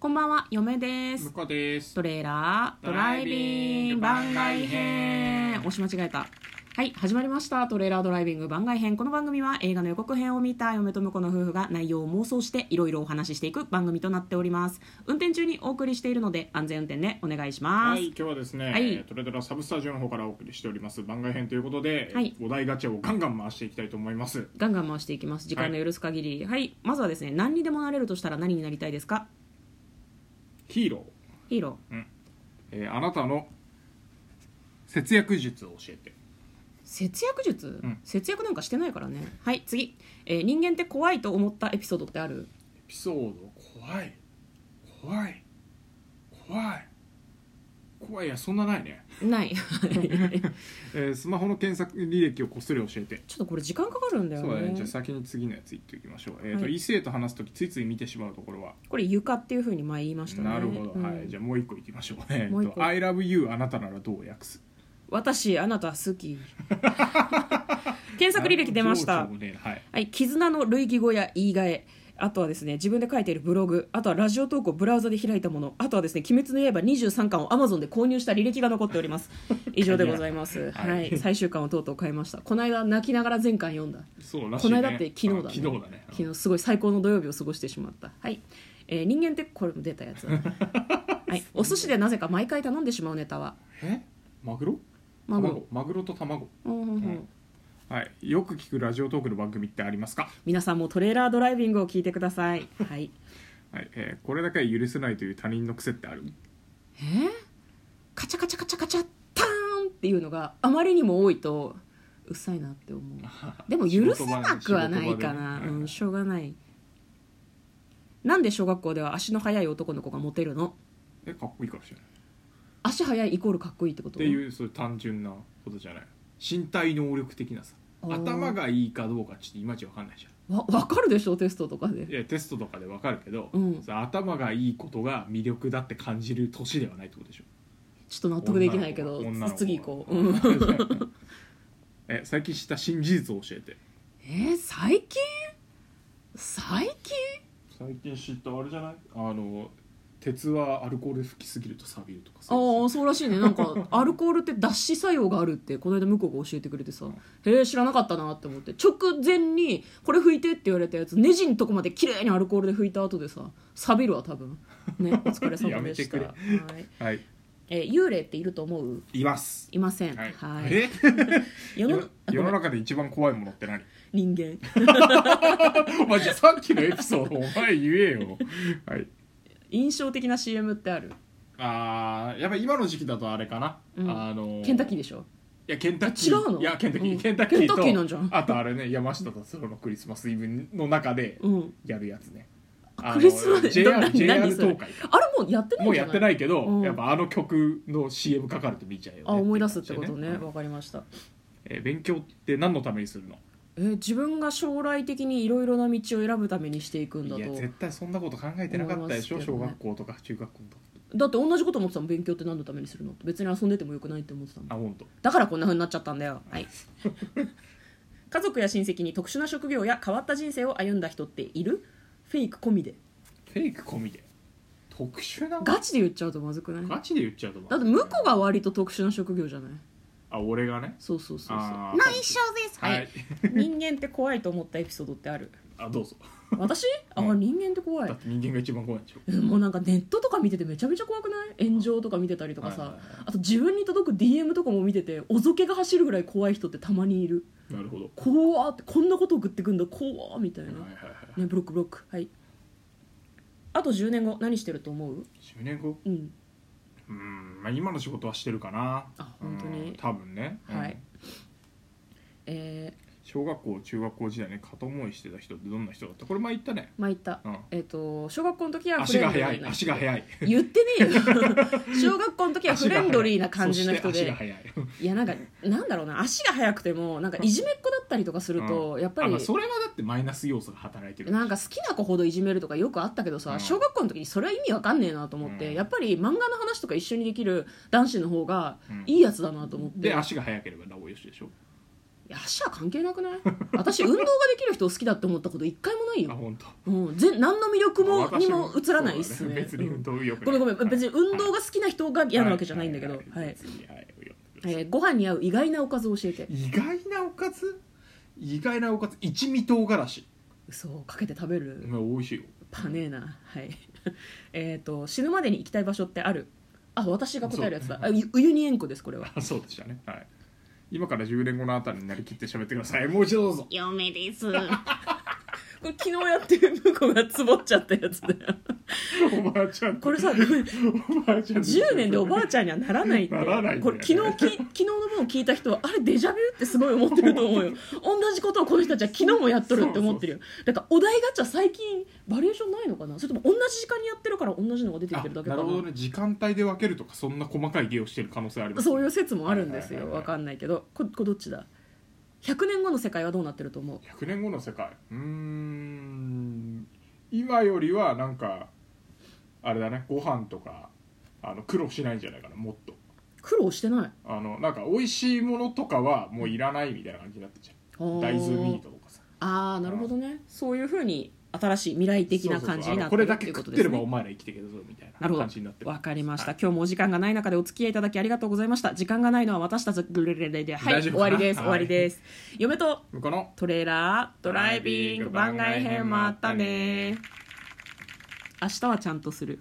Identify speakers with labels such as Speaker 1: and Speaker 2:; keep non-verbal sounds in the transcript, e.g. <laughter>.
Speaker 1: こんばんは、嫁です
Speaker 2: 向。こうです
Speaker 1: トレーラードライビング番外編押し間違えたはい始まりましたトレーラードライビング番外編この番組は映画の予告編を見た嫁と婿の夫婦が内容を妄想していろいろお話ししていく番組となっております運転中にお送りしているので安全運転でお願いしま
Speaker 2: は
Speaker 1: す
Speaker 2: い今日はですね、
Speaker 1: はい
Speaker 2: えートレドラサブスタジオの方からお送りしております番外編ということで、
Speaker 1: はい
Speaker 2: お題ガチャをガンガン回していきたいと思います
Speaker 1: ガンガン回していきます時間の許す限りはい、まずはですね何にでもなれるとしたら何になりたいですか
Speaker 2: ヒーロ
Speaker 1: ヒーロー
Speaker 2: ー、うんえーあなたの節約術を教えて
Speaker 1: 節約術、
Speaker 2: うん
Speaker 1: 節約なんかしてないからねはい次、えー人間って怖いと思ったエピソードってある
Speaker 2: エピソード怖い怖い怖い怖いいやそんなないね、
Speaker 1: ない
Speaker 2: <laughs> えースマホの検索履歴をこっそり教えて
Speaker 1: ちょっとこれ時間かかるんだよ
Speaker 2: そうだ
Speaker 1: ね
Speaker 2: ねじゃあ先に次のやついっておきましょう、えーと
Speaker 1: はい
Speaker 2: 異性と話す時ついつい見てしまうところは
Speaker 1: これ床っていうふうに前言いましたね
Speaker 2: なるほど、
Speaker 1: うん
Speaker 2: はいじゃあもう一個いきましょうね
Speaker 1: <laughs> もう一個
Speaker 2: 「I love you あなたならどう訳す
Speaker 1: 私あなた好き
Speaker 2: <laughs>
Speaker 1: 検」索履歴出まし
Speaker 2: あ
Speaker 1: た
Speaker 2: の情緒ねはい
Speaker 1: はい絆の類義語や言い換えあとはですね自分で書いているブログあとはラジオ投稿ブラウザで開いたものあとはですね「鬼滅の刃」23巻を Amazon で購入した履歴が残っております以上でございます
Speaker 2: はい
Speaker 1: はい、最終巻をとうとう買いましたこの間泣きながら全巻読んだ
Speaker 2: そうらしい、ね、
Speaker 1: この間って昨日だね
Speaker 2: あ昨日だね
Speaker 1: 昨日すごい最高の土曜日を過ごしてしまったはい、えー人間ってこれも出たやつだ
Speaker 2: <laughs>
Speaker 1: なはい、お寿司でなぜか毎回頼んでしまうネタは
Speaker 2: えマグロ
Speaker 1: マグロ
Speaker 2: マグロと卵
Speaker 1: うんうんうん
Speaker 2: んはいよく聞くラジオトークの番組ってありますか、
Speaker 1: 皆さんもトレーラードライビングを聞いてくださいはい
Speaker 2: はいえーこれだけは許せないという他人の癖ってある
Speaker 1: えーカチャカチャカチャカチャターンっていうのがあまりにも多いとうっさいなって思う <laughs> でも許せなくはないかな、
Speaker 2: 仕事場でね
Speaker 1: うん、しょうがないなんで小学校では足の速い男の子がモテるの
Speaker 2: えかっこいいからじゃない
Speaker 1: 足速いイコールかっこいいってこ
Speaker 2: っ
Speaker 1: と
Speaker 2: ていうそういう単純なことじゃない身体能力的なさ
Speaker 1: あー
Speaker 2: 頭がいいかどうかちょっといまいちわかんないじゃん
Speaker 1: わ分かるでしょテストとかで
Speaker 2: いやテストとかでわかるけど、
Speaker 1: うん
Speaker 2: それ頭がいいことが魅力だって感じる年ではないってことでしょ
Speaker 1: ちょっと納得できないけど
Speaker 2: 女の子が
Speaker 1: 次行こう、
Speaker 2: 女
Speaker 1: う
Speaker 2: の
Speaker 1: ん、
Speaker 2: 子が <laughs> え最近知った新事実を教えて
Speaker 1: えー最近最近
Speaker 2: 最近知ったあれじゃないあの鉄はアルコール吹きすぎると錆びるとかさ
Speaker 1: ああそうらしいねなん <laughs> かアルコールって脱脂作用があるってこの間向こうが教えてくれてさへえ知らなかったなって思って直前にこれ拭いてって言われたやつネジのとこまで綺麗にアルコールで拭いた後でさ錆びるわ多分ね <laughs> お疲れ様
Speaker 2: やめ
Speaker 1: で
Speaker 2: て
Speaker 1: し
Speaker 2: く
Speaker 1: た
Speaker 2: れ
Speaker 1: はい、
Speaker 2: はい
Speaker 1: えー幽霊っていると思う
Speaker 2: います
Speaker 1: いません
Speaker 2: は、
Speaker 1: はいい、
Speaker 2: え
Speaker 1: 世の
Speaker 2: 世
Speaker 1: あ
Speaker 2: 世
Speaker 1: ごめ
Speaker 2: の
Speaker 1: ん
Speaker 2: 中で一番怖いものって何 <laughs>
Speaker 1: 人 <laughs> 間
Speaker 2: マジでさっきのエピソードお前言えよはい
Speaker 1: 印象的な CM ってある
Speaker 2: あーやっぱ今の時期だとあれかな、
Speaker 1: うん
Speaker 2: あの
Speaker 1: ケンタッキー
Speaker 2: い
Speaker 1: でしょ
Speaker 2: やケンタッキー
Speaker 1: あ違うの
Speaker 2: いやケンタッキー、
Speaker 1: うん
Speaker 2: ケンタッキーと
Speaker 1: ケンタッキーなんじゃん
Speaker 2: あとあれね山下達郎のクリスマスイブの中で
Speaker 1: うん
Speaker 2: やるやつね、
Speaker 1: あ
Speaker 2: あの
Speaker 1: クリスマス
Speaker 2: JR,
Speaker 1: 何何
Speaker 2: JR
Speaker 1: それ
Speaker 2: 東海か
Speaker 1: あれもうやってない
Speaker 2: も
Speaker 1: ん
Speaker 2: う
Speaker 1: じゃな
Speaker 2: や
Speaker 1: い
Speaker 2: ってないけど、
Speaker 1: うん
Speaker 2: やっぱあの曲の CM かかると見ちゃうよね
Speaker 1: あ思い出すってことね
Speaker 2: う
Speaker 1: わ、
Speaker 2: ん
Speaker 1: かりました
Speaker 2: えー勉強って何のためにするの
Speaker 1: えー自分が将来的にいろいろな道を選ぶためにしていくんだ
Speaker 2: いや
Speaker 1: と
Speaker 2: 絶対そんなこと考えてなかったでしょ、
Speaker 1: 思いますけど
Speaker 2: 小
Speaker 1: ね
Speaker 2: 学校とか中学校の時
Speaker 1: だって同じこと思ってたもん勉強って何のためにするのって別に遊んでてもよくないって思ってたもん
Speaker 2: あ本当。
Speaker 1: だからこんな風になっちゃったんだよはい家族や親戚に特殊な職業や変わった人生を歩んだ人っているフェイク込みで
Speaker 2: フェイク込みで特殊な
Speaker 1: ガチで言っちゃうとまずくない
Speaker 2: ガチで言っちゃうと思う
Speaker 1: だって向こうが割と特殊な職業じゃない
Speaker 2: あ俺がね
Speaker 1: そうそうそうそう
Speaker 2: あー
Speaker 1: 内緒です
Speaker 2: は、
Speaker 1: はいい人間って怖いと思ったエピソードってある
Speaker 2: あどうぞ
Speaker 1: 私あ
Speaker 2: うん
Speaker 1: 人間って怖い
Speaker 2: だって人間が一番怖いんでしょ
Speaker 1: えもうなんかネットとか見ててめちゃめちゃ怖くない炎上とか見てたりとか
Speaker 2: はい
Speaker 1: さ
Speaker 2: はいはい
Speaker 1: あと自分に届く DM とかも見てておぞけが走るぐらい怖い人ってたまにいる
Speaker 2: なるほど
Speaker 1: 怖ーってこんなこと送ってくんだ怖ーみたいな、
Speaker 2: はいはいはい
Speaker 1: ねブロックブロックはいあと10年後何してると思う
Speaker 2: 10年後
Speaker 1: うん
Speaker 2: うんまあ今の仕事はしてるかな
Speaker 1: あ本当に
Speaker 2: うん多分ね、うん
Speaker 1: はいえー、
Speaker 2: 小学校中学校時代ね片思いしてた人ってどんな人だったこれ前言ったね
Speaker 1: まあ言った、
Speaker 2: うん
Speaker 1: えっ、と小学校の時は
Speaker 2: 足が
Speaker 1: リー
Speaker 2: 速
Speaker 1: ない
Speaker 2: 足が速い
Speaker 1: 言ってねえよ
Speaker 2: <laughs>
Speaker 1: 小学校の時はフレンドリーな感じの人
Speaker 2: そして足
Speaker 1: で
Speaker 2: が速い
Speaker 1: いやなんかなんだろうな足が速くてもなんかいじめっ子だったりとかすると、やっぱ
Speaker 2: あ
Speaker 1: り
Speaker 2: まあそれはだってマイナス要素が働いてる
Speaker 1: なんか好きな子ほどいじめるとかよくあったけどさ、
Speaker 2: うん
Speaker 1: 小学校の時にそれは意味わかんねえなと思って、
Speaker 2: うん
Speaker 1: やっぱり漫画の話とか一緒にできる男子の方が
Speaker 2: うん
Speaker 1: いいやつだなと思って、
Speaker 2: で足が速ければなおよしでしょ
Speaker 1: いや足は関係なくない私運動ができる人を好きだって思ったこと一回もない
Speaker 2: あ
Speaker 1: よ、
Speaker 2: 本当。
Speaker 1: うん、ぜ何の魅力も
Speaker 2: 私
Speaker 1: にも映らないっす
Speaker 2: そうだ
Speaker 1: ね
Speaker 2: 別に運動よく
Speaker 1: ごめんごめん別に運動
Speaker 2: が
Speaker 1: が好きな人が嫌なわけじゃないんだけど、はいえーご飯に合う意外なおかずを教えて
Speaker 2: 意外なおかず意外なおかず一味唐辛子
Speaker 1: 嘘かけて食べる、
Speaker 2: まあ美味し
Speaker 1: <laughs>
Speaker 2: いよ
Speaker 1: パネーなはい <laughs> えっと死ぬまでに行きたい場所ってあるあ私が答えるやつだ
Speaker 2: そう
Speaker 1: あゆウユニ塩湖ですこれは
Speaker 2: あそうでしたねはい今から10年後のあたりになりきって喋ってくださいもう一度どうぞ
Speaker 1: 嫁です <laughs> これ昨日やって向こうがつぼっちゃったやつだよ
Speaker 2: おばあちゃ
Speaker 1: <laughs>
Speaker 2: ん
Speaker 1: これさ
Speaker 2: おばあちゃん
Speaker 1: 10年でおばあ
Speaker 2: ち
Speaker 1: ちゃんにはならないって
Speaker 2: ならないんだ
Speaker 1: これ
Speaker 2: よね
Speaker 1: 昨日き昨日の分を聞いた人はあれデジャビュってすごい思ってると思 <laughs> うよ同じことをこの人たちは昨日もやっとるって思ってるよだからお題ガチャ最近バリエーションないのかなそれとも同じ時間にやってるから同じのが出てきてるだけか
Speaker 2: な
Speaker 1: な
Speaker 2: るほどね時間帯で分けるとかそんな細かい芸をしてる可能性ありますね
Speaker 1: そういう説もあるんです
Speaker 2: はい
Speaker 1: よ
Speaker 2: はいはい
Speaker 1: わかんないけどここれどっちだ100年後の世界はどうなってると思う
Speaker 2: 100年後の世界うーん今よりはなんかあれだねご飯とかあの苦労しないんじゃないかなもっと
Speaker 1: 苦労してない
Speaker 2: あのなんか美味しいものとかはもういらないみたいな感じになってんじゃん大豆ミートとかさ
Speaker 1: あーあーなるほどねそういうふうに新しい未来的な感じにな
Speaker 2: そうそうそうあの
Speaker 1: って
Speaker 2: こ
Speaker 1: る
Speaker 2: れ
Speaker 1: っ
Speaker 2: だ
Speaker 1: てい
Speaker 2: け
Speaker 1: うこ
Speaker 2: 食
Speaker 1: と
Speaker 2: っ
Speaker 1: で
Speaker 2: て
Speaker 1: す
Speaker 2: れば
Speaker 1: ね
Speaker 2: お前ら生きていけるぞみた
Speaker 1: な
Speaker 2: い
Speaker 1: る
Speaker 2: な
Speaker 1: ほど
Speaker 2: 感じになってる
Speaker 1: わかりました
Speaker 2: はい
Speaker 1: 今日もお時間がない中でお付き合いいただきありがとうございました時間がないのは私たちぐるるるるるはい
Speaker 2: 大
Speaker 1: 終
Speaker 2: 丈夫かな
Speaker 1: わりです
Speaker 2: はい
Speaker 1: 終わりです嫁と
Speaker 2: 向こうの
Speaker 1: トレーラードライビング番外編もあったね明日はちゃんとする